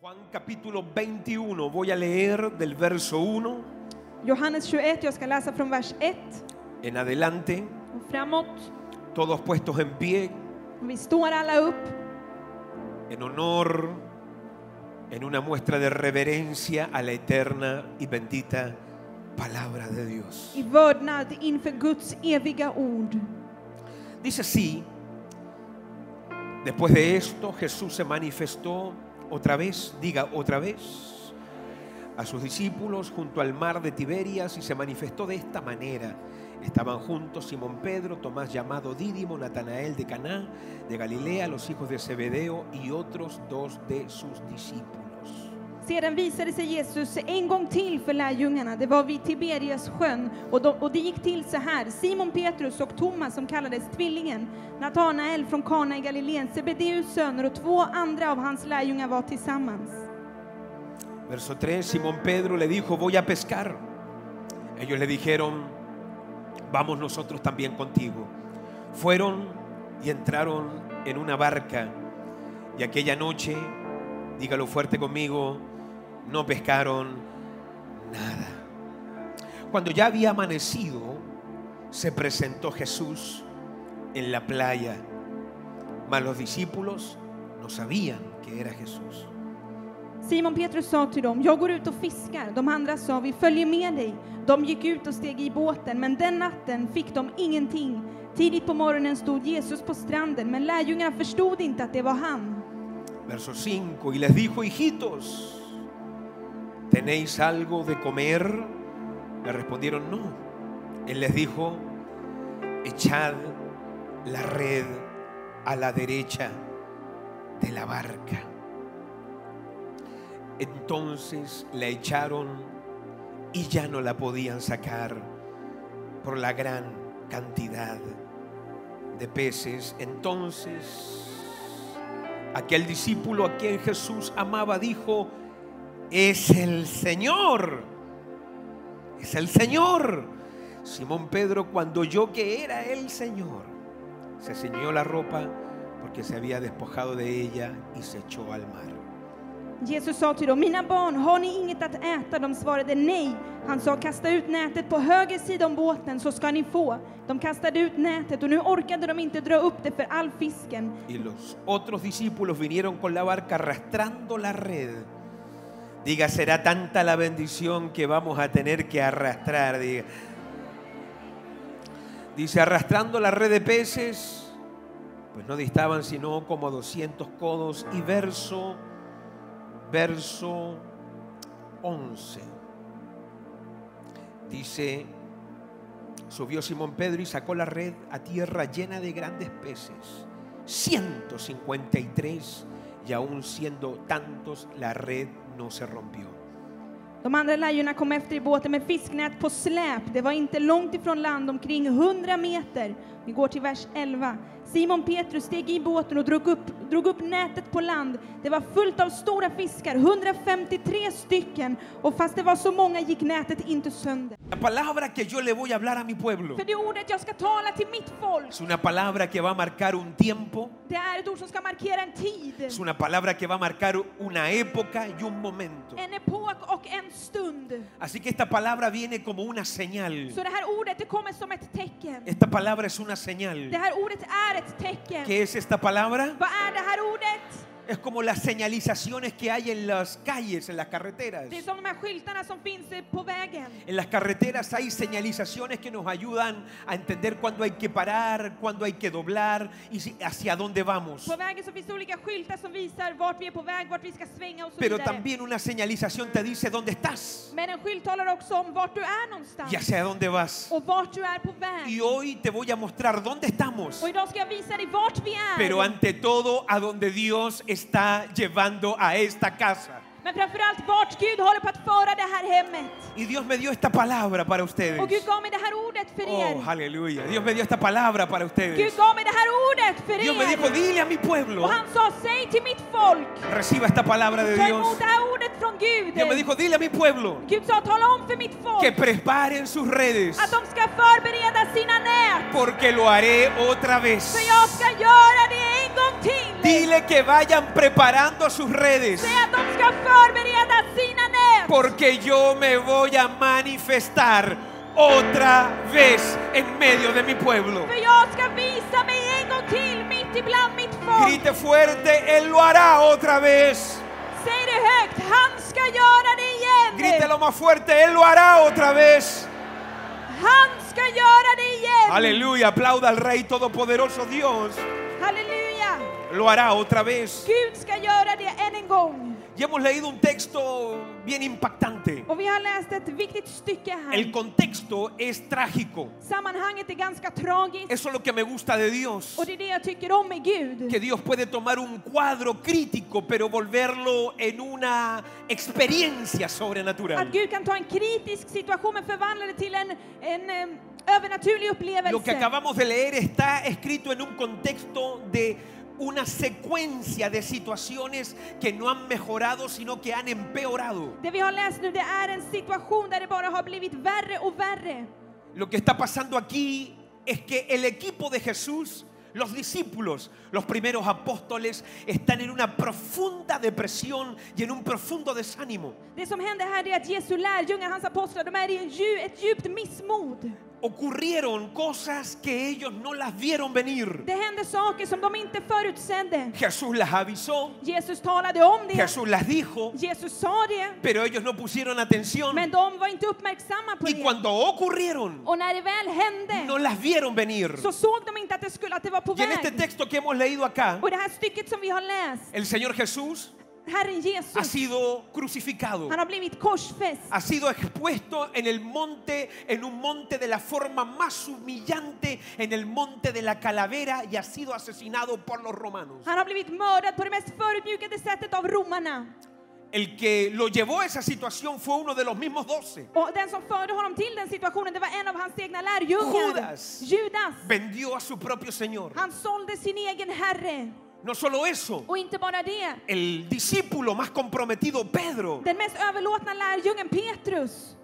Juan capítulo 21, voy a leer del verso 1 Johannes 21, jag ska läsa från vers 1 en adelante, och framåt. todos puestos en pie, Vi står alla upp en honor, en una muestra de reverencia a la eterna y bendita palabra de Dios. i vördnad inför Guds eviga ord. Dice así, después de esto Jesús se manifestó otra vez, diga otra vez, a sus discípulos junto al mar de Tiberias y se manifestó de esta manera. Estaban juntos Simón Pedro, Tomás llamado Dídimo, Natanael de Caná, de Galilea, los hijos de Zebedeo y otros dos de sus discípulos. Sedan visade sig Jesus en gång till för lärjungarna. Det var vid Tiberias sjön och, de, och det gick till så här. Simon Petrus och Thomas som kallades Tvillingen, Natanael från Kana i Galileen, Sebedeus söner och två andra av hans lärjungar var tillsammans. Verso 3, Simón Pedro le dijo, voy a pescar. Ellos le dijeron, vamos nosotros también contigo. Fueron y entraron en una barca y aquella noche, dígalo fuerte conmigo, no pescaron nada. Cuando ya había amanecido, se presentó Jesús en la playa, mas los discípulos no sabían que era Jesús. Simon Petrus sa till dem, jag går ut och fiskar. De andra sa, vi följer med dig. De gick ut och steg i båten, men den natten fick de ingenting. Tidigt på morgonen stod Jesus på stranden, men lärjungarna förstod inte att det var han. Verso 5, y les dijo, hijitos, ¿tenéis algo de comer? Le respondieron, no. Él les dijo, echad la red a la derecha de la barca. Entonces la echaron y ya no la podían sacar por la gran cantidad de peces. Entonces Aquel discípulo a quien Jesús amaba dijo, es el Señor, es el Señor. Simón Pedro, cuando oyó que era el Señor, se ceñió la ropa porque se había despojado de ella y se echó al mar. Jesus sa till dem, mina barn, har ni inget att äta? De svarade nej. Han sa, kasta ut nätet på höger sida om båten så ska ni få. De kastade ut nätet och nu orkade de inte dra upp det för all fisken. Y los otros discípulos vinieron con la barca arrastrando la red. Diga, será tanta la bendición que vamos a tener que arrastrar. Diga. Dice, arrastrando la red de peces, pues no distaban sino como 200 codos. Y verso, verso 11. Dice, subió Simón Pedro y sacó la red a tierra llena de grandes peces. 153 y aún siendo tantos la red no se rompió. De andra lärjungarna kom efter i båten med fisknät på släp. Det var inte långt ifrån land, omkring 100 meter. Vi går till vers 11. Simon Petrus steg i båten och drog upp, drog upp nätet på land. Det var fullt av stora fiskar, 153 stycken. Och fast det var så många gick nätet inte sönder. La palabra que yo le voy a hablar a mi pueblo För det ordet jag ska tala till mitt folk, es una palabra que va a marcar un tiempo, det är ett ord som ska markera en tid, es una palabra que va a marcar una época y un momento. en epok och en stund. Así que esta palabra viene como una señal. Så det här ordet, det kommer som ett tecken. Esta palabra es una Det señal. här ordet är ett tecken. ¿Qué es esta palabra? Vad är det här ordet? Es como las señalizaciones que hay en las calles, en las carreteras. Det är som de här skyltarna som finns eh, på vägen. En las carreteras hay señalizaciones que nos ayudan a entender cuándo hay que parar, cuándo hay que doblar y si- hacia dónde vamos. På vägen så finns det olika skyltar som visar vart vi är på väg, vart vi ska svänga och så Pero vidare. también una señalización te dice dónde estás Men en skylt talar också om vart du är någonstans y hacia dónde vas. och vart du är på Y väg. hoy te voy a mostrar dónde estamos, Och idag ska jag visa dig vart vi är. pero ante todo a dónde Dios está llevando a esta casa. Men framförallt vart Gud håller på att föra det här hemmet. Y Dios me dio esta palabra para ustedes. Och Gud gav mig det här ordet för er. Oh, aleluya. Dios me dio esta palabra para Gud ustedes. gav mig det här ordet för Dios me dijo, er. dile a mi pueblo, Och han sa, säg till mitt folk, reciba esta palabra de ta Dios. emot det här ordet från Gud. Dios me dijo, dile a mi pueblo Gud sa, tala om för mitt folk que preparen sus redes att de ska förbereda sina nät. porque lo haré otra vez. För jag ska göra det en gång till. Dile que vayan preparando sus redes. Säg att de ska förbereda sina nät. Porque yo me voy a manifestar otra vez en medio de mi pueblo. För jag ska visa mig en gång till mitt ibland mitt folk. Grite fuerte, Él lo hará otra vez. Säg det högt, han ska göra det igen. Grítelo más fuerte, Él lo hará otra vez. Han ska göra det igen. Aleluya, aplauda al Rey Todopoderoso Dios. Halleluja. Lo hará otra vez. Gud ska göra det än en gång. Y hemos leído un texto bien impactante. Och vi har läst ett viktigt stycke El här. contexto es trágico. Sammanhanget är ganska tragiskt Eso es lo que me gusta de Dios. och det är det jag tycker om med Gud. Que Dios puede tomar un cuadro crítico, pero volverlo en una experiencia Att sobrenatural. Gud kan ta en kritisk situation men förvandla det till en, en em, övernaturlig Lo que upplevelse. acabamos de leer está escrito en un contexto de una secuencia de situaciones que no han mejorado, sino que han empeorado. Det vi har läst nu det är en situation där det bara har blivit värre och värre. Lo que está pasando aquí es que el equipo de Jesús, los discípulos, los primeros apóstoles, están en una profunda depresión y en un profundo desánimo. Det som hände här är att Jesu lärjungar, hans apostlar, de är i en dju- ett djupt missmod. Ocurrieron cosas que ellos no las vieron venir. Det hände saker som de inte förutsedde. Jesús las avisó, Jesus talade om det. Jesús las dijo, Jesus sa det. pero ellos no pusieron atención. Men de var inte uppmärksamma på Y det. cuando ocurrieron, Och när det väl no hände las vieron venir. så såg de inte att det, skulle, att det var på Y en este väg. texto que hemos leído acá, Och det här stycket som vi har läst, el Señor Jesús Herren ha Jesus, sido crucificado. han har blivit korsfäst. ha sido expuesto en el monte, en un monte de la forma más humillante, en el monte de la calavera y ha sido asesinado por los romanos. Han har blivit mördad på det mest förödmjukande sättet av romarna. El que lo llevó a esa situación fue uno de los mismos doce. Och den som förde honom till den situationen, det var en av hans egna lärjungar. Judas. Judas. Vendió a su propio Señor. Han sålde sin egen herre. No solo eso, Och inte bara det. el discípulo más comprometido, Pedro, Den mest överlåtna lärjungen Petrus.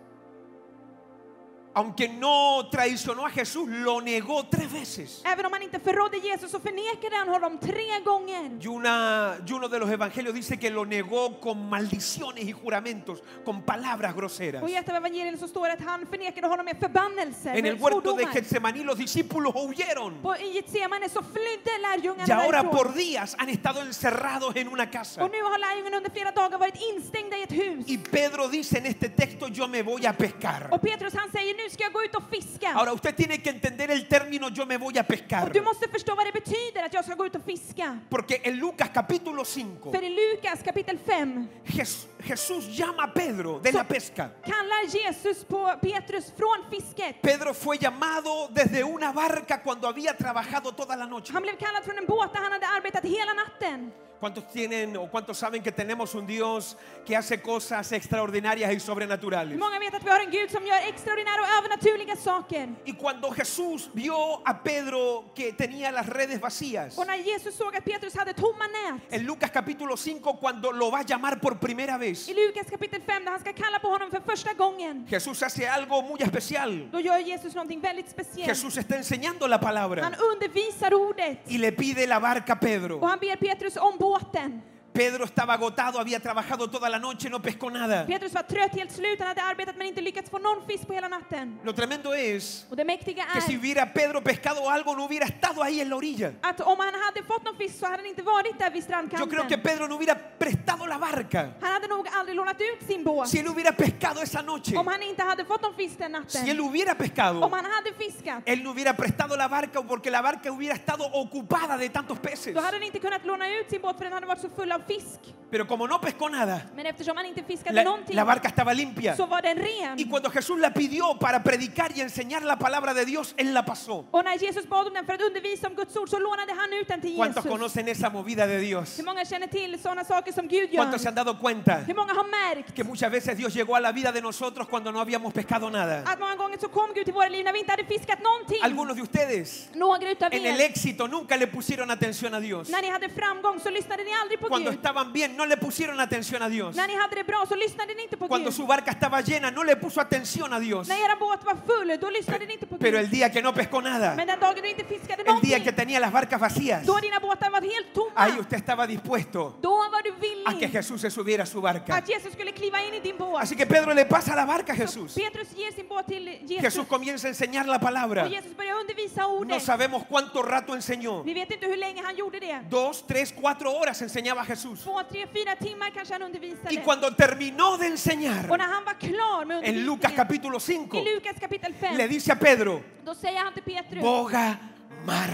aunque no traicionó a Jesús, lo negó tres veces. Även om han inte förrådde Jesus så förnekade han honom tre gånger. Y, una- y uno de los evangelios dice que lo negó con maldiciones y juramentos, con palabras groseras. Och i ett av evangelierna så står det att han förnekade honom med förbannelser, En el med huerto de svordomar. Getsemaní los discípulos huyeron Och i Getsemane så flydde y lärjungarna ahora därifrån. por días han estado encerrados en una casa. Och nu har lärjungarna under flera dagar varit instängda i ett hus. Y Pedro dice en este texto, yo me voy a pescar. Och Petrus han säger nu ska jag gå ut och fiska. Ahora usted tiene que entender el término yo me voy a Och pescar. du måste förstå vad det betyder att jag ska gå ut och fiska. Porque en Lucas capítulo 5, För i Lukas kapitel 5 Jes- Jesús llama a Pedro de la pesca. kallar Jesus på Petrus från fisket. Pedro fue llamado desde una barca cuando había trabajado toda la noche. Han blev kallad från en båt där han hade arbetat hela natten. ¿Cuántos tienen o cuántos saben que tenemos un Dios que hace cosas extraordinarias y Hur sobrenaturales? många vet att vi har en Gud som gör extraordinära och övernaturliga saker? Y cuando Jesús vio a Pedro que tenía las redes vacías, Och när Jesus såg att Petrus hade tomma nät en Lucas capítulo 5, cuando lo va a llamar por primera i vez, Lukas kapitel 5 där han ska kalla på honom för första gången, Jesús hace algo muy especial. då gör Jesus någonting väldigt speciellt. Jesús está enseñando la Han palabra undervisar ordet y le pide la barca a Pedro. och han ber Petrus om båten. Pedro estaba agotado, había trabajado toda la noche, no pescó nada. Petrus var trött helt slut, han hade arbetat men inte lyckats få någon fisk på hela natten. Lo tremendo es Och det mäktiga que si är hubiera Pedro pescado algo, no hubiera estado ahí en la orilla. att om han hade fått någon fisk så hade han inte varit där vid Yo creo que strandkanten. Pedro no hubiera prestado la barca Han hade nog aldrig lånat ut sin båt. si él hubiera pescado esa noche. Om han inte hade fått någon fisk den Si él natten. hubiera pescado, Om han hade fiskat. Él no hubiera prestado la barca porque la barca hubiera estado ocupada de tantos peces. Då hade han inte kunnat låna ut sin båt för den hade varit så full av fisk. Pero como no pescó nada, Men eftersom han inte fiskade la, någonting la barca estaba limpia. så var den ren. Y cuando Jesús la pidió para predicar y enseñar la palabra de Dios, Él la pasó. Och när Jesus bad om den för att undervisa om Guds ord så lånade han ut den till ¿Cuántos Jesus. conocen esa movida de Dios? Hur många känner till sådana saker som Gud ¿Cuántos se gör? han dado cuenta Hur många många har märkt que muchas veces Dios llegó a la vida de nosotros cuando no habíamos pescado nada. att många gånger så kom Gud till våra liv när vi inte hade fiskat någonting. Algunos de ustedes Några utav en el er, éxito nunca le pusieron atención a Dios. när ni hade framgång så lyssnade ni aldrig på Cuando Gud. estaban bien no le pusieron atención a Dios. När ni hade det bra så lyssnade ni inte på Cuando Gud. su barca estaba llena no le puso atención a Dios. När era båt var full, då lyssnade ni inte på Pero el Gud. día que no pescó nada, Men den dagen du inte fiskade el día que någonting, tenía las barcas vacías, då dina båtar var helt ahí tomma, usted estaba dispuesto då var du a que villig Jesús se subiera a su barca. att Jesus skulle kliva in i din båt. Así que Pedro le pasa la barca a Jesús. Petrus ger sin båt till Jesus Jesús comienza a enseñar la palabra. och Jesus börjar undervisa No ordet. sabemos cuánto rato enseñó. Vi vet inte hur länge han gjorde det. Dos, tres, cuatro horas enseñaba Jesús. Två, tre, fyra timmar kanske han undervisade. Y cuando terminó de enseñar, Och när han var klar med en Lucas undervisningen capítulo 5, i Lukas kapitel 5, le dice a Pedro, då säger han till Petrus, boga mar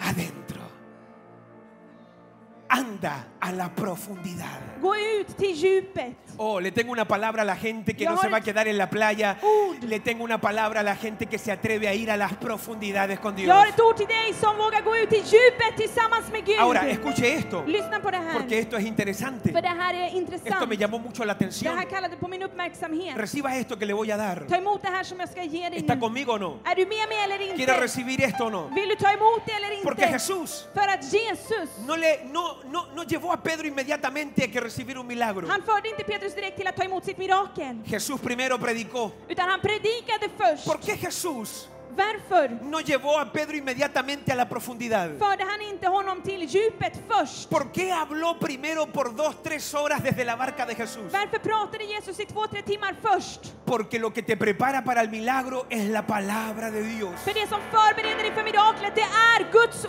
adentro. Anda a la profundidad. gå ut till djupet. Oh, le tengo una palabra a la gente que Jag no har se va a ett quedar en la playa. ord. Le tengo una palabra a la gente que se atreve a ir a las profundidades con Dios. Jag har ett ord till dig som vågar gå ut till djupet tillsammans med Gud. Ahora, escuche esto, Lyssna på det eh, porque här, esto es interesante. för det här är Esto intressant. me llamó mucho la Det atención. här kallade på min uppmärksamhet. Reciba esto que le voy a dar. Ta emot det här som jag ska ge dig ¿Está nu. conmigo o no? Är du med mig eller ¿Quiere inte? recibir esto o no? Vill du ta emot det eller Porque inte? Jesús För att Jesus, no, le, no, no, no llevó a Pedro inmediatamente a que recibiera un milagro. han förde inte Petrus direkt till att ta emot sitt mirakel. Jesús primero predicó. Utan han predikade först. ¿Por qué Jesús Varför no llevó a Pedro inmediatamente a la profundidad? förde han inte honom till djupet först? ¿Por qué habló primero por dos, tres horas desde la barca de Jesús? Varför pratade Jesus i två, tre timmar först? Porque lo que te prepara para el milagro es la palabra de Dios. För det som förbereder dig för miraklet, det är Guds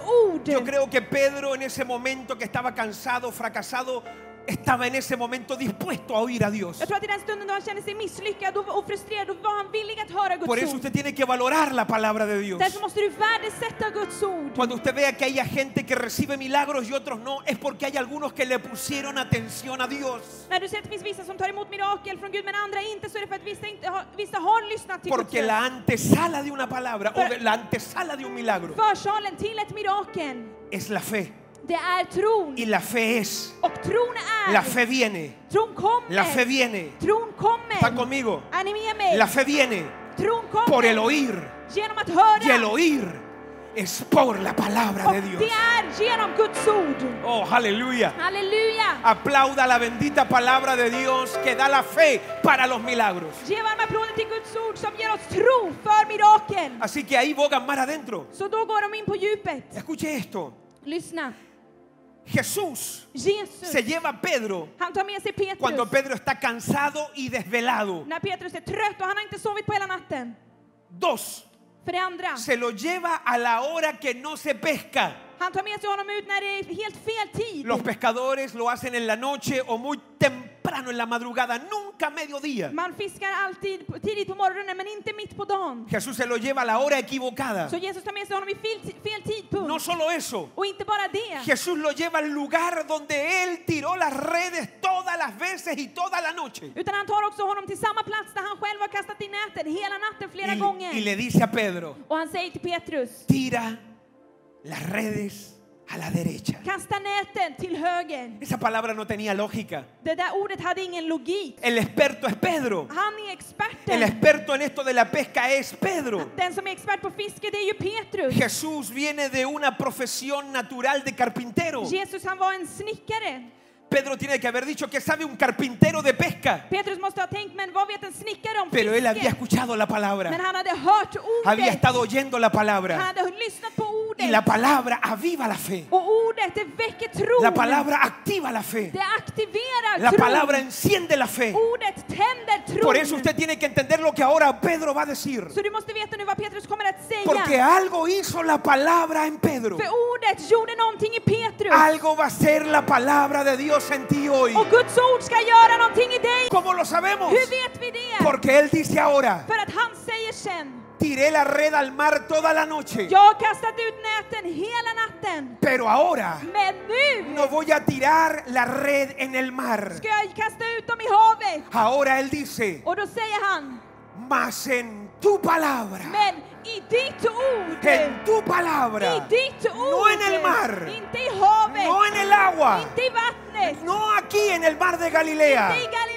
Yo ord. creo que Pedro en ese momento que estaba cansado, fracasado, estaba en ese momento dispuesto a oír a Dios. Jag tror att i den stunden då han kände sig misslyckad och och frustrerad, då var han villig att höra Por Guds eso ord. usted tiene que valorar la palabra de Dios. Därför måste du värdesätta Guds ord. Cuando usted vea que hay gente que recibe milagros y otros no, es porque hay algunos que le pusieron atención a Dios. När du ser att det finns vissa som tar emot mirakel från Gud men andra inte så är det för att vissa, inte har, vissa har lyssnat till Guds Porque la röst. antesala de una palabra o de la antesala de un milagro Försalen till ett mirakel, es la fe. det är tron. Y la fe es. Och tron är, La fe viene. tron kommer. La fe viene. Tron ¿Están kommer. conmigo? Är ni med mig? La fe viene Tron kommer por el oír. genom att Y el höra. oír es por la palabra Och de Dios. det är genom Guds ord. Oh, aleluya. Halleluja! Aplauda la bendita palabra de Dios que da la fe para los milagros. Ge varma applåder till Guds ord som ger oss tro för mirakel. Así que ahí bogan más adentro. Så då går de in på djupet. Escuche esto. Lyssna. Jesús Jesus, se lleva a Pedro han tar med sig Petrus. cuando Pedro está cansado y desvelado. När Petrus är trött och han har inte sovit på hela natten. Dos, För det andra, se lo lleva a la hora que no se pesca. han tar med sig honom ut när det är helt fel tid. Los pescadores lo hacen en la noche o muy temprano en la madrugada, nunca a mediodía. Man fiskar alltid på- tidigt på morgonen men inte mitt på dagen. Jesús se lo lleva a la hora equivocada. Så Jesus tar med sig honom vid fel, fel No tidpunkt. solo eso, Och inte bara det. Jesús lo lleva al lugar donde él tiró las redes todas las veces y toda la noche. Utan han tar också honom till samma plats där han själv har kastat i näten hela natten flera Y, y gånger. le dice a Pedro, Och han säger till Petrus, tira las redes a la derecha. kasta näten till höger. Esa palabra no tenía lógica. Det där ordet hade ingen logik. El experto es Pedro. Han är El experten. experto en esto de la pesca es Pedro. Den som är expert på fiske det är ju Petrus. Jesús viene de una profesión natural de carpintero. Jesus han var en snickare. Pedro tiene que haber dicho que sabe un carpintero de pesca. Petrus måste ha tänkt, men vad vet en snickare om Pero él había fiske? escuchado la Men palabra. han hade hört Había ordet. estado oyendo la Han palabra. hade lyssnat på Y ordet. la palabra aviva la fe. Och ordet det väcker La tron. palabra activa la fe. Det aktiverar La palabra tron. enciende la fe. Ordet tänder Por eso tron. usted tiene que entender lo que ahora Pedro va a decir. Så du måste veta nu vad Petrus kommer att Porque säga. algo hizo la palabra en Pedro. För ordet gjorde någonting i Petrus. Algo va a ser la palabra de Dios en ti hoy. Och Guds ord ska göra någonting i dig. ¿Cómo lo sabemos? Hur vet vi det? Porque Él dice ahora, För att han säger sen. tiré la red al mar toda la noche, Jag har kastat ut näten hela natten. pero ahora Men nu no voy a tirar la red en el mar. ska jag kasta ut dem i havet. Ahora Él dice, Och då säger han. mas en tu palabra, Men i ditt ord. en tu I palabra, ditt ord. no en el mar, Inte i havet. no en el agua, Inte i vattnet. no aquí en el mar de Galilea, Inte i Galilea.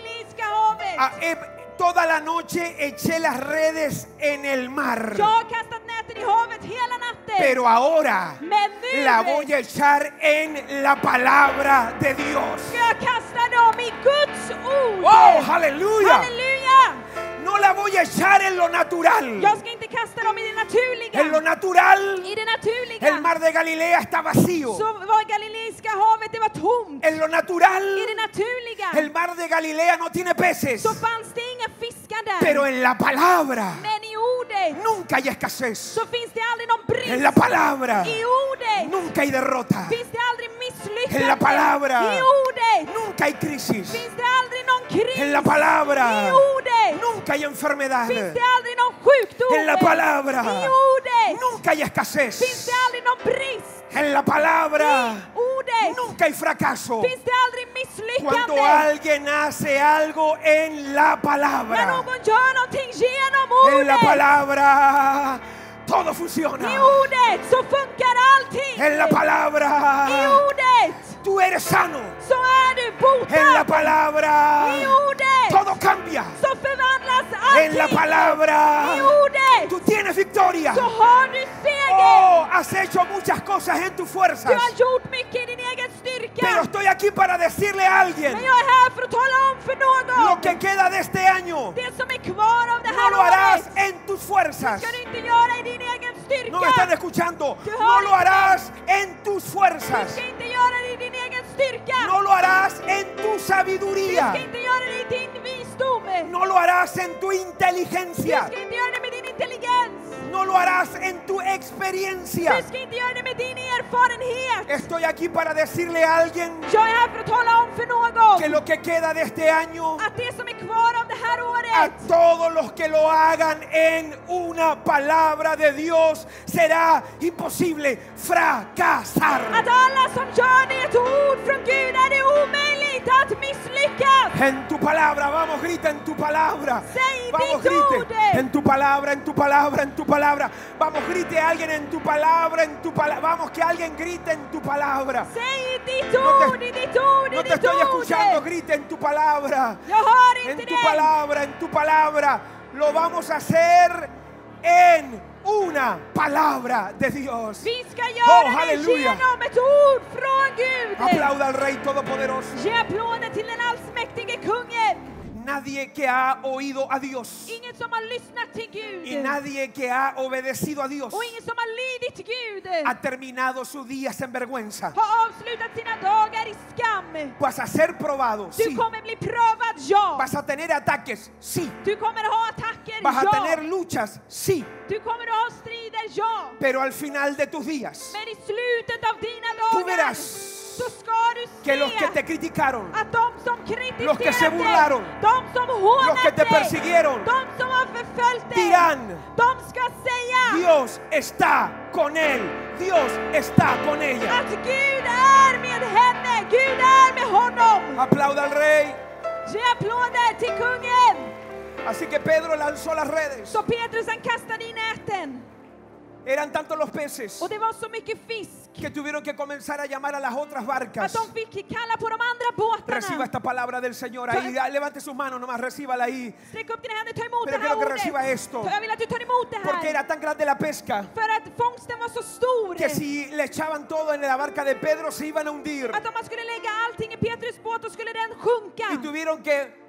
havet. Ah, he- toda la noche eché las redes en el mar. Jag har kastat näten i havet hela natten. Pero ahora Men nu la voy a echar en la palabra de Dios. ska jag kasta dem i Guds ord. ¡Oh, aleluya! Halleluja! No la voy a echar en lo natural. Jag ska inte kasta dem i det En lo naturliga. natural, I det el naturliga mar de Galilea está vacío. så var Galileiska havet, det var tomt. En lo natural, I det el naturliga mar de Galilea no tiene peces. så fanns det inga fiskar Pero där. en la palabra Men i ordet nunca hay escasez. så finns det aldrig någon En brist. la palabra I ordet nunca hay derrota. finns det aldrig misslyckande. En la palabra. I ordet Nunca hay crisis. finns det aldrig någon kris. En la palabra I ordet nunca hay enfermedad. finns det aldrig någon sjukdom. En la palabra I ordet nunca hay finns escasez. det aldrig någon brist. En la I palabra ordet nunca hay fracaso. finns det aldrig Cuando misslyckande. alguien hace algo en la När palabra, någon gör någonting genom en la ordet, palabra, todo funciona. i ordet så funkar allting. En la I palabra, ordet tú eres sano. så är du En la botad. palabra, I ordet todo cambia. så förvandlas En la allting. I palabra, ordet tú tienes victoria. så har du seger. Oh, has hecho muchas cosas en tus Du fuerzas. har gjort mycket i din egen Pero styrka. estoy aquí para decirle a alguien Men jag är här för att tala om för lo någon que queda de este año. det som är kvar av det No här lo harás året. en tus fuerzas. ska du inte göra i din egen styrka. No me están escuchando. Tú No lo ahorita. harás en tus Du fuerzas. ska inte göra det i din egen styrka. No lo harás en tu Du ska sabiduría. inte göra det i din visdom. No lo harás en tu Du inteligencia. ska inte göra det med din intelligens. No lo harás en tu experiencia. Du ska inte göra det med din erfarenhet. Estoy aquí para decirle a alguien Jag är här för att tala om que för någon lo que queda de este año att det som är kvar av det här a året, todos los que lo hagan en una palabra de Dios será imposible fracasar. att alla som gör det ett ord från Gud är det omöjligt att misslyckas. En tu palabra, vamos, grita en tu palabra. Say Vamos, the grite. Lord. En tu palabra, en tu palabra, en tu palabra. Vamos, grite a alguien en tu palabra, en tu palabra. Vamos, que alguien grite en tu palabra. Säg ditt te- ord, i ditt ord, i No te ditt estoy escuchando, ord. grite en tu palabra. Jag hör inte En tu dig. palabra, en tu palabra. Lo vamos a hacer en una palabra de Dios. Vi ska göra Oh, det halleluja. genom ett ord från Gud. Aplauda al Rey Todopoderoso. Ge applåder till den allsmäktige kungen. Nadie que ha oído a Dios Ingen som har lyssnat till y Gud nadie que ha obedecido a Dios och ingen som har lidit Gud ha terminado sus días en vergüenza. har avslutat sina dagar i skam. Vas a ser probado, Du sí. kommer bli prövad, ja. Vas a tener ataques, sí. Du kommer ha attacker, Vas a ja. tener luchas, sí. Du kommer ha strider, ja. Pero al final de tus días, Men i slutet av dina tú dagar verás så ska du que los que se te criticaron, att de som Los que se kritiserat dig, burlaron. de som los que hånat te dig, persiguieron, de som har förföljt dig, dirán, de ska säga Dios está con él, Dios está con ella. att Gud är med henne, Gud är med honom. Aplauda al rey. Ge applåder till kungen. Así que Pedro lanzó las redes. Så Petrus han kastade i näten Eran tantos los peces och det var så mycket fisk que tuvieron que comenzar a llamar a las otras att barcas. de fick kalla på de andra Reciba båtarna. esta palabra del Señor ahí. Ah, Levante sus manos nomás, recíbala ahí. Sträck upp dina händer, ta emot Pero det quiero här que reciba ordet. esto. För jag vill att du tar emot det Porque här. era tan grande la pesca För att fångsten var så stor que si le echaban todo en la barca de Pedro se iban a hundir. att om man skulle lägga allting i Petrus båt då skulle den Y sjunka. tuvieron que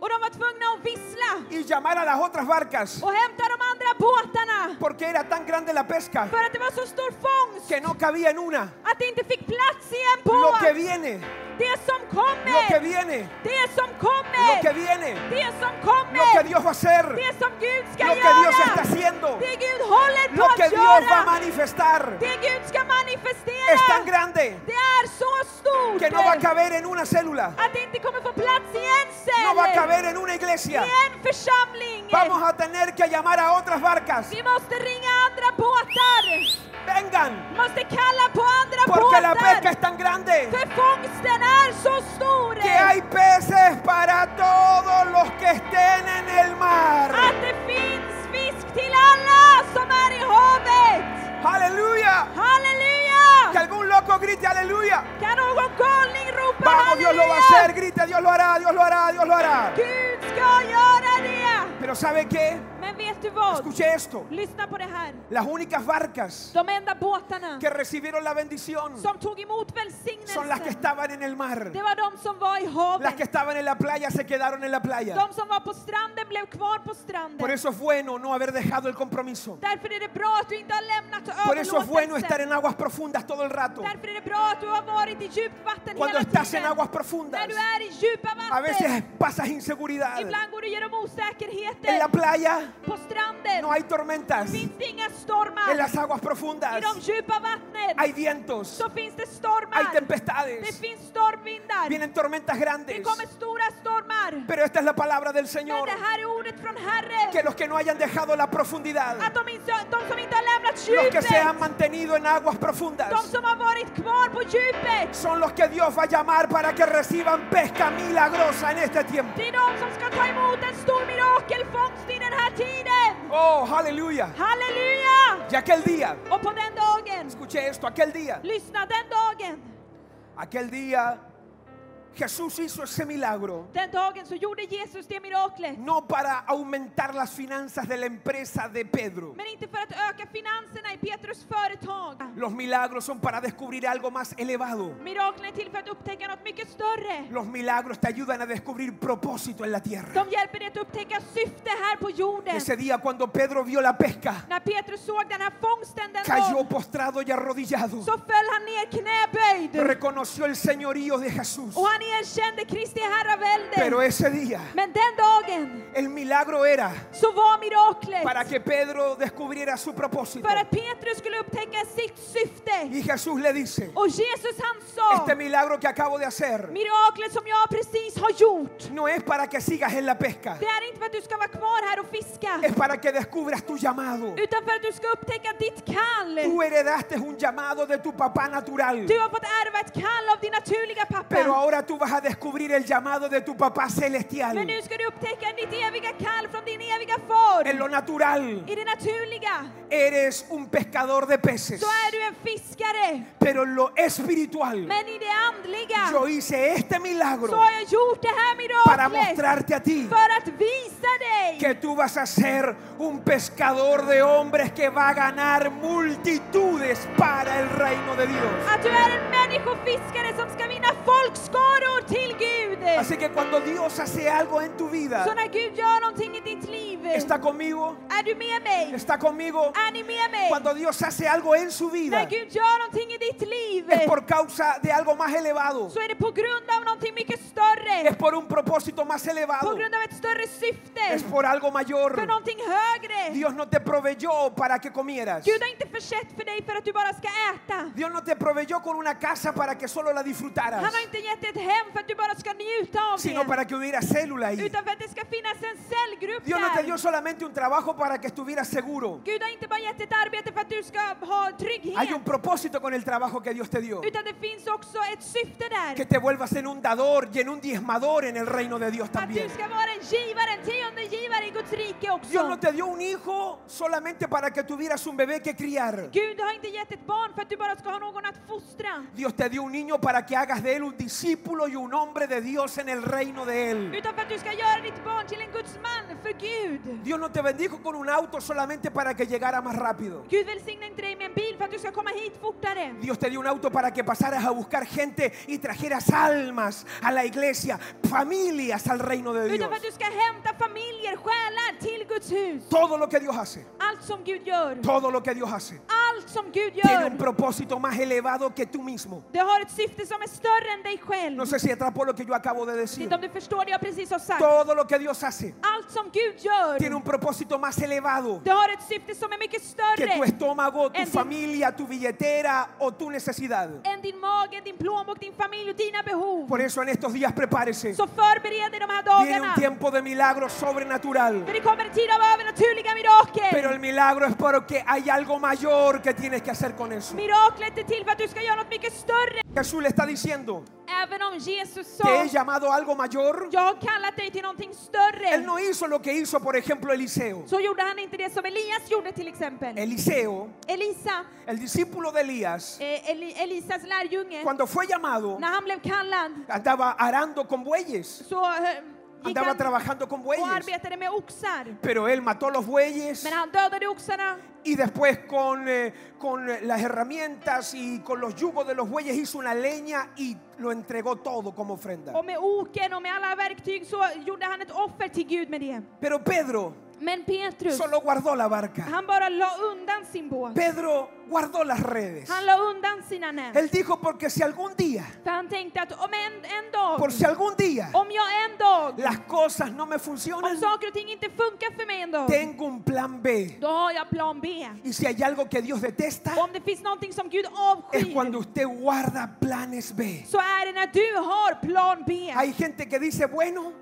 Och de var tvungna att vissla y llamar a las otras barcas. och hämta de andra båtarna. Porque era tan grande la pesca För att det var så stor fångst que no cabía en una. att det inte fick plats i en Lo que båt. viene, Det som lo que kommer, viene, det som lo que kommer, viene, det som lo que kommer, Dios va a hacer. det som Gud ska lo que Dios está göra. haciendo, Det Gud håller på lo que att Dios va a göra, manifestar, det Gud ska es tan manifestera, grande det är så stort que no va a caber en una célula, att det inte kommer få plats i en no va a cell, caber en una i iglesia. en församling. Vamos a tener que llamar a otras barcas. Vi måste ringa andra båtar, Vengan, Vi måste kalla på andra porque la pesca båtar. es tan grande För fångsten är så stor que hay peces para todos los que estén en el mar. att det finns fisk till alla som är i havet. Aleluya. Halleluja! Que algún loco grite aleluya. Kan någon galning ropa Vamos, Dios lo va a halleluja? hacer, grite, Dios Dios lo hará, Dios lo hará, Dios lo hará. Gud ska göra det! Pero ¿sabe qué? Men vet du vad? Escuche esto. Lyssna på det här. Las únicas barcas De enda båtarna que recibieron la bendición som tog emot son las que välsignelsen, estaban en el mar. det var de som var i Las que havet. estaban en la playa se quedaron en la playa. De som var på stranden blev kvar på Por stranden. eso es bueno no haber dejado el compromiso. Därför är det bra att du inte har lämnat Por eso es bueno estar överlåtelsen. en aguas profundas todo el rato. Därför är det bra att du har varit i djupt vatten Cuando hela estás en tiden. aguas profundas, När du är i djupa a veces vatten, pasas inseguridad. ibland går du genom En la osäkerheter. playa På stranden no hay tormentas. finns det inga En stormar. las aguas I de profundas djupa vattnen hay vientos, så finns det hay stormar. Det tempestades, finns stormvindar. vienen tormentas Det grandes. kommer stora stormar. Pero esta es la palabra del Men Señor. det här är ordet från Que Herren. los que no hayan dejado la profundidad, Att de, inte, de som inte har lämnat los que se han djupet, mantenido en aguas de profundas, som har varit kvar på djupet, son los que Dios va a llamar para que reciban pesca milagrosa en este tiempo. det är de som ska ta emot en stor mirakelfångst i den här tiden. Oh, aleluya. Halleluja! Y aquel día, Och på den dagen, escuché esto, aquel día, lyssna, den dagen, aquel día Jesús hizo ese milagro den dagen så gjorde Jesus det miraklet. no para aumentar las finanzas de la empresa de Pedro. Men inte för att öka finanserna i Petrus företag. Los milagros son para descubrir algo más elevado. Miraklen är till för att upptäcka något mycket större. Los milagros te ayudan a descubrir propósito en la tierra. De hjälper dig att upptäcka syfte här på jorden. Ese día cuando Pedro vio la pesca, När Petrus såg den här fångsten den dagen cayó postrado y arrodillado. så föll han ner knäböjd Reconoció el señorío de Jesús. och han erkände Kristi Pero herravälde. ese día, Men den dagen el milagro era så var para miraklet que Pedro descubriera su propósito. för att Petrus skulle upptäcka sitt syfte. Y Jesús le dice, Och Jesus han sa, este milagro que acabo de hacer miraklet som jag precis har gjort, no es para que sigas en la pesca, det är inte för att du ska vara kvar här och fiska, es para que descubras tu llamado. utan för att du ska upptäcka ditt kall. Tú heredaste un llamado de tu papá natural. Du har fått ärva ett kall av din naturliga Pero pappa. ahora tú vas a descubrir el llamado de tu papá celestial. Men nu ska du upptäcka ditt eviga kall från din eviga En far. lo natural, I det naturliga eres un pescador de peces. så är du en fiskare. Pero en lo espiritual, Men i det andliga yo hice este så milagro har jag gjort det här para miraklet mostrarte a ti för att visa dig que tú vas a ser un pescador de hombres que va a ganar multitudes para el reino de Dios. att du är en människofiskare som ska vinna folkskaror till Gud. Así que cuando Dios hace algo en tu vida, Så när Gud gör någonting i ditt liv, está conmigo, är du med mig? está conmigo. Är ni med mig? Cuando Dios hace algo en su När vida, Gud gör någonting i ditt liv es por causa de algo más elevado. så är det på grund av någonting mycket Es större. por un propósito más På elevado. grund av ett större Es syfte. por algo mayor. För någonting högre. Dios no te proveyó para que comieras. Gud har inte försett för dig för att du bara ska äta. Dios no te proveyó con una casa para que solo la disfrutaras, Han har inte gett dig ett hem för att du bara ska njuta av sino det. para que hubiera célula ahí. Utan för att det ska finnas en cellgrupp Dios no te dio där. solamente un trabajo para que estuvieras seguro. Gud har inte bara gett dig ett arbete för att du ska ha Hay trygghet. un propósito con el trabajo que Dios te dio. Utan det finns också ett syfte Que där. te vuelvas en un dador y en un diezmador en el reino de Dios Att du también. ska vara en givare, en tiondegivare i Guds rike Dios också. no te dio un hijo solamente para que tuvieras un bebé que criar. Gud har inte gett ett barn för att du bara ska ha någon att fostra. Dios te dio un niño para que hagas de él un discípulo y un hombre de Dios en el reino de él. Utan för att du ska göra ditt barn till en Guds man för Gud. Dios no te bendijo con un auto solamente para que llegara más rápido. Gud välsignar inte dig med en bil för att du ska komma hit fortare. Dios te dio un auto para que pasaras a buscar gente y trajeras almas a la iglesia, familias al reino de Utan Dios. för att du ska hämta familjer, själar till Guds hus. Todo lo que Dios hace, Allt som Gud gör, todo lo que Dios hace, allt som Gud tiene un gör, propósito más elevado que tú mismo. det har ett syfte som är större än dig själv. No sé si atrapó lo que yo acabo de Jag vet decir. inte om du förstår det jag precis har sagt. Todo lo que Dios hace Allt som Gud gör, tiene un propósito más elevado det har ett syfte som är mycket que tu större estómago, tu En- familia, tu billetera o tu necesidad. än din mage, din plånbok, din familj och dina behov. Por eso en estos días prepárese. Så förbered dig de här Viene un dagarna. tiempo de milagro sobrenatural. För det kommer en tid av övernaturliga Pero el mirakel. milagro es porque hay algo mayor que tienes que hacer con eso. Miraklet är till för att du ska göra något mycket större. Jesús le está diciendo, Även om Jesus te sa, he llamado a algo mayor. jag har kallat dig till någonting Él större, no hizo lo que hizo, por ejemplo, Eliseo. så gjorde han inte det som Elias gjorde till exempel. Eliseo, Elisa, el discípulo de Elías, eh, Eli, Elisas lärjunge, cuando fue llamado, när han blev kallad andaba arando con bueyes, så eh, gick andaba han trabajando con och bueyes. arbetade med oxar. Pero él mató los bueyes Men han dödade oxarna y después con, eh, con eh, las herramientas y con los yugos de los bueyes hizo una leña y lo entregó todo como ofrenda. och med oken och med alla verktyg så gjorde han ett offer till Gud med det. Pero Pedro Men Petrus, solo guardó la barca. han bara la undan sin båt. Pedro guardó las redes. Han la undan sina nät. Él dijo porque si algún día, För han tänkte att om en, en dag, por si algún día om jag en dag, las cosas no me om funcionan, saker och ting inte funkar för mig en dag, tengo un plan B. då har jag plan B. Y si hay algo que Dios detesta, Om det finns någonting som Gud es avskyr, cuando usted guarda planes B. så är det när du har plan B. Hay gente que dice, bueno,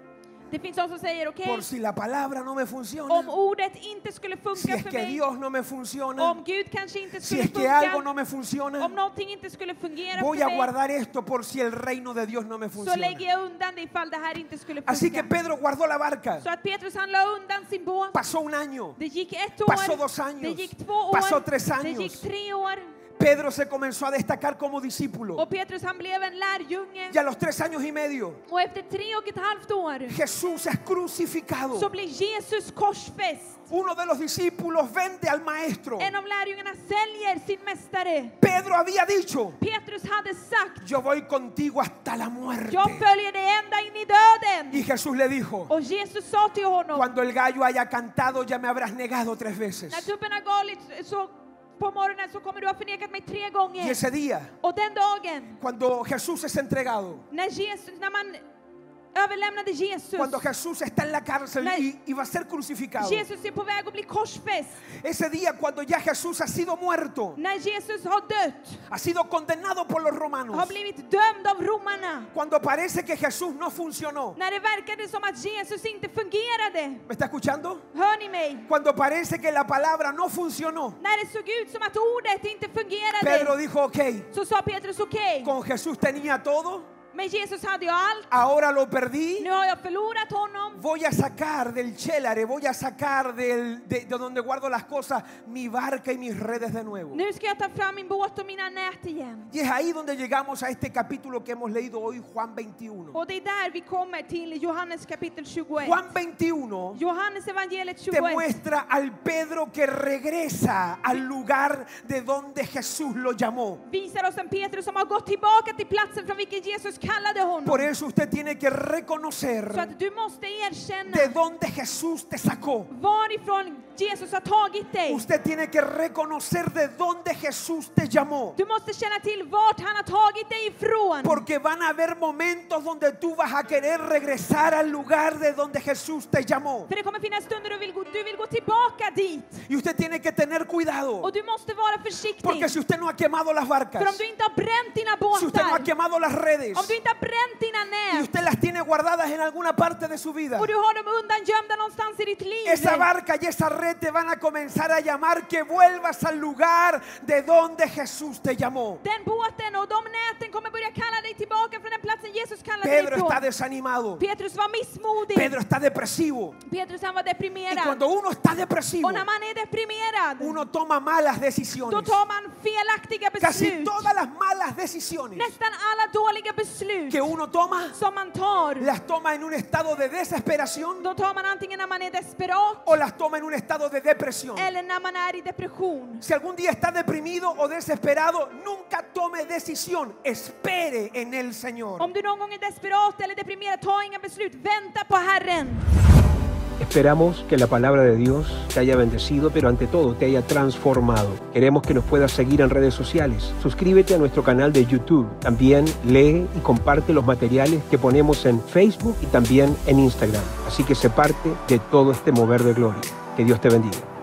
Det finns de som säger okej, por si la palabra no me om funciona, ordet inte skulle si funka es för que mig, Dios no me funciona, om Gud kanske inte si skulle es que algo no funka, me funciona, om någonting inte skulle fungera voy a för mig, guardar esto por si el reino de Dios no me så lägger funciona. jag undan det ifall det här inte skulle Así que funka. Pedro guardó la barca. Så att Petrus han la undan sin båt. Pasó un año. Det gick ett Pasó dos år, años. det gick två år, Pasó tres det años. gick tre år. Pedro se comenzó a destacar como discípulo. Och Petrus han blev en lärjunge. Y a los tres años y medio, Och efter tre och ett halvt år Jesús es crucificado. så blir Jesus korsfäst. Uno de los discípulos vende al maestro. En av lärjungarna säljer sin mästare. Pedro había dicho, Petrus hade sagt, yo voy contigo hasta la muerte. jag följer dig ända in i döden. Y Jesús le dijo, Och Jesus sa till honom, cuando el gallo haya cantado ya me habrás negado tres veces. när tuppen har galit så på morgonen så kommer du ha förnekat mig tre Y gånger. ese día, Och den dagen, cuando Jesús es entregado, när, Jesus, när man överlämnade Jesus cuando Jesús está en la cárcel y, y va a ser crucificado, Jesus är på väg att bli korsfäst. ese día cuando ya Jesús ha sido muerto, När Jesus har dött, ha sido condenado por los har romanos, blivit dömd av romarna. cuando parece que Jesús no funcionó, När det verkade som att Jesus inte fungerade. ¿me está escuchando? Hör ni mig? Cuando parece que la palabra no funcionó, När det såg ut som att ordet inte Pedro fungerade dijo, ok, så sa Petrus okej, con Jesús tenía todo, men Jesus hade ju allt. ahora lo perdí. Nu har jag förlorat honom. Voy a sacar del chelare, voy a sacar del- de, de donde guardo las cosas mi barca y mis redes de nuevo. Nu ska jag ta fram min båt och mina nät igen. Y es ahí donde llegamos a este capítulo que hemos leído hoy, Juan 21. Och det är där vi kommer till Johannes kapitel 21. Juan 21 Johannes evangeliet te 21 muestra al Pedro que regresa al lugar de donde Jesús lo llamó. visar oss en Petrus som har gått tillbaka till platsen från vilken Jesus kallade Por honom. eso usted tiene que Så reconocer att du måste erkänna de dónde Jesús te sacó. varifrån Jesus har tagit dig. Usted tiene que reconocer de dónde Jesús te llamó. Du måste känna till vart han har tagit dig ifrån. Porque van a haber momentos donde tú vas a querer regresar al lugar de donde Jesús te llamó. För det kommer finnas stunder du vill, gå, du vill gå tillbaka dit. Y usted tiene que tener cuidado. Och du måste vara försiktig. Porque si usted no ha quemado las barcas, För om du inte har bränt dina si usted no ha båtar, quemado las redes, om du inte har bränt dina y nät usted las tiene guardadas en alguna parte de su vida, och du har dem undangömda någonstans i ditt liv. esa barca y esa red te van a comenzar a llamar que vuelvas al lugar de donde Jesús te llamó. Den båten och de näten kommer börja kalla dig tillbaka från den platsen Jesus kallade dig Pedro ifrån. está desanimado. Petrus var missmodig. Pedro está depresivo. Petrus han var Y deprimerad. cuando uno está depresivo, Och när man är deprimerad, uno toma malas då decisiones. tar man felaktiga Casi beslut. todas las malas decisiones Nästan alla dåliga beslut que uno toma, som man tar, las toma en un estado de desesperación då tar man antingen när man är desperat o las toma en un estado de depresión. eller när man är i depression. Si algún día está deprimido o desesperado, nunca tome decisión. Espere en el Señor. Om du någon gång är desperat eller deprimerad, ta inga beslut. Vänta på Herren. Esperamos que la palabra de Dios te haya bendecido, pero ante todo te haya transformado. Queremos que nos puedas seguir en redes sociales. Suscríbete a nuestro canal de YouTube. También lee y comparte los materiales que ponemos en Facebook y también en Instagram. Así que sé parte de todo este mover de gloria. Que Dios te bendiga.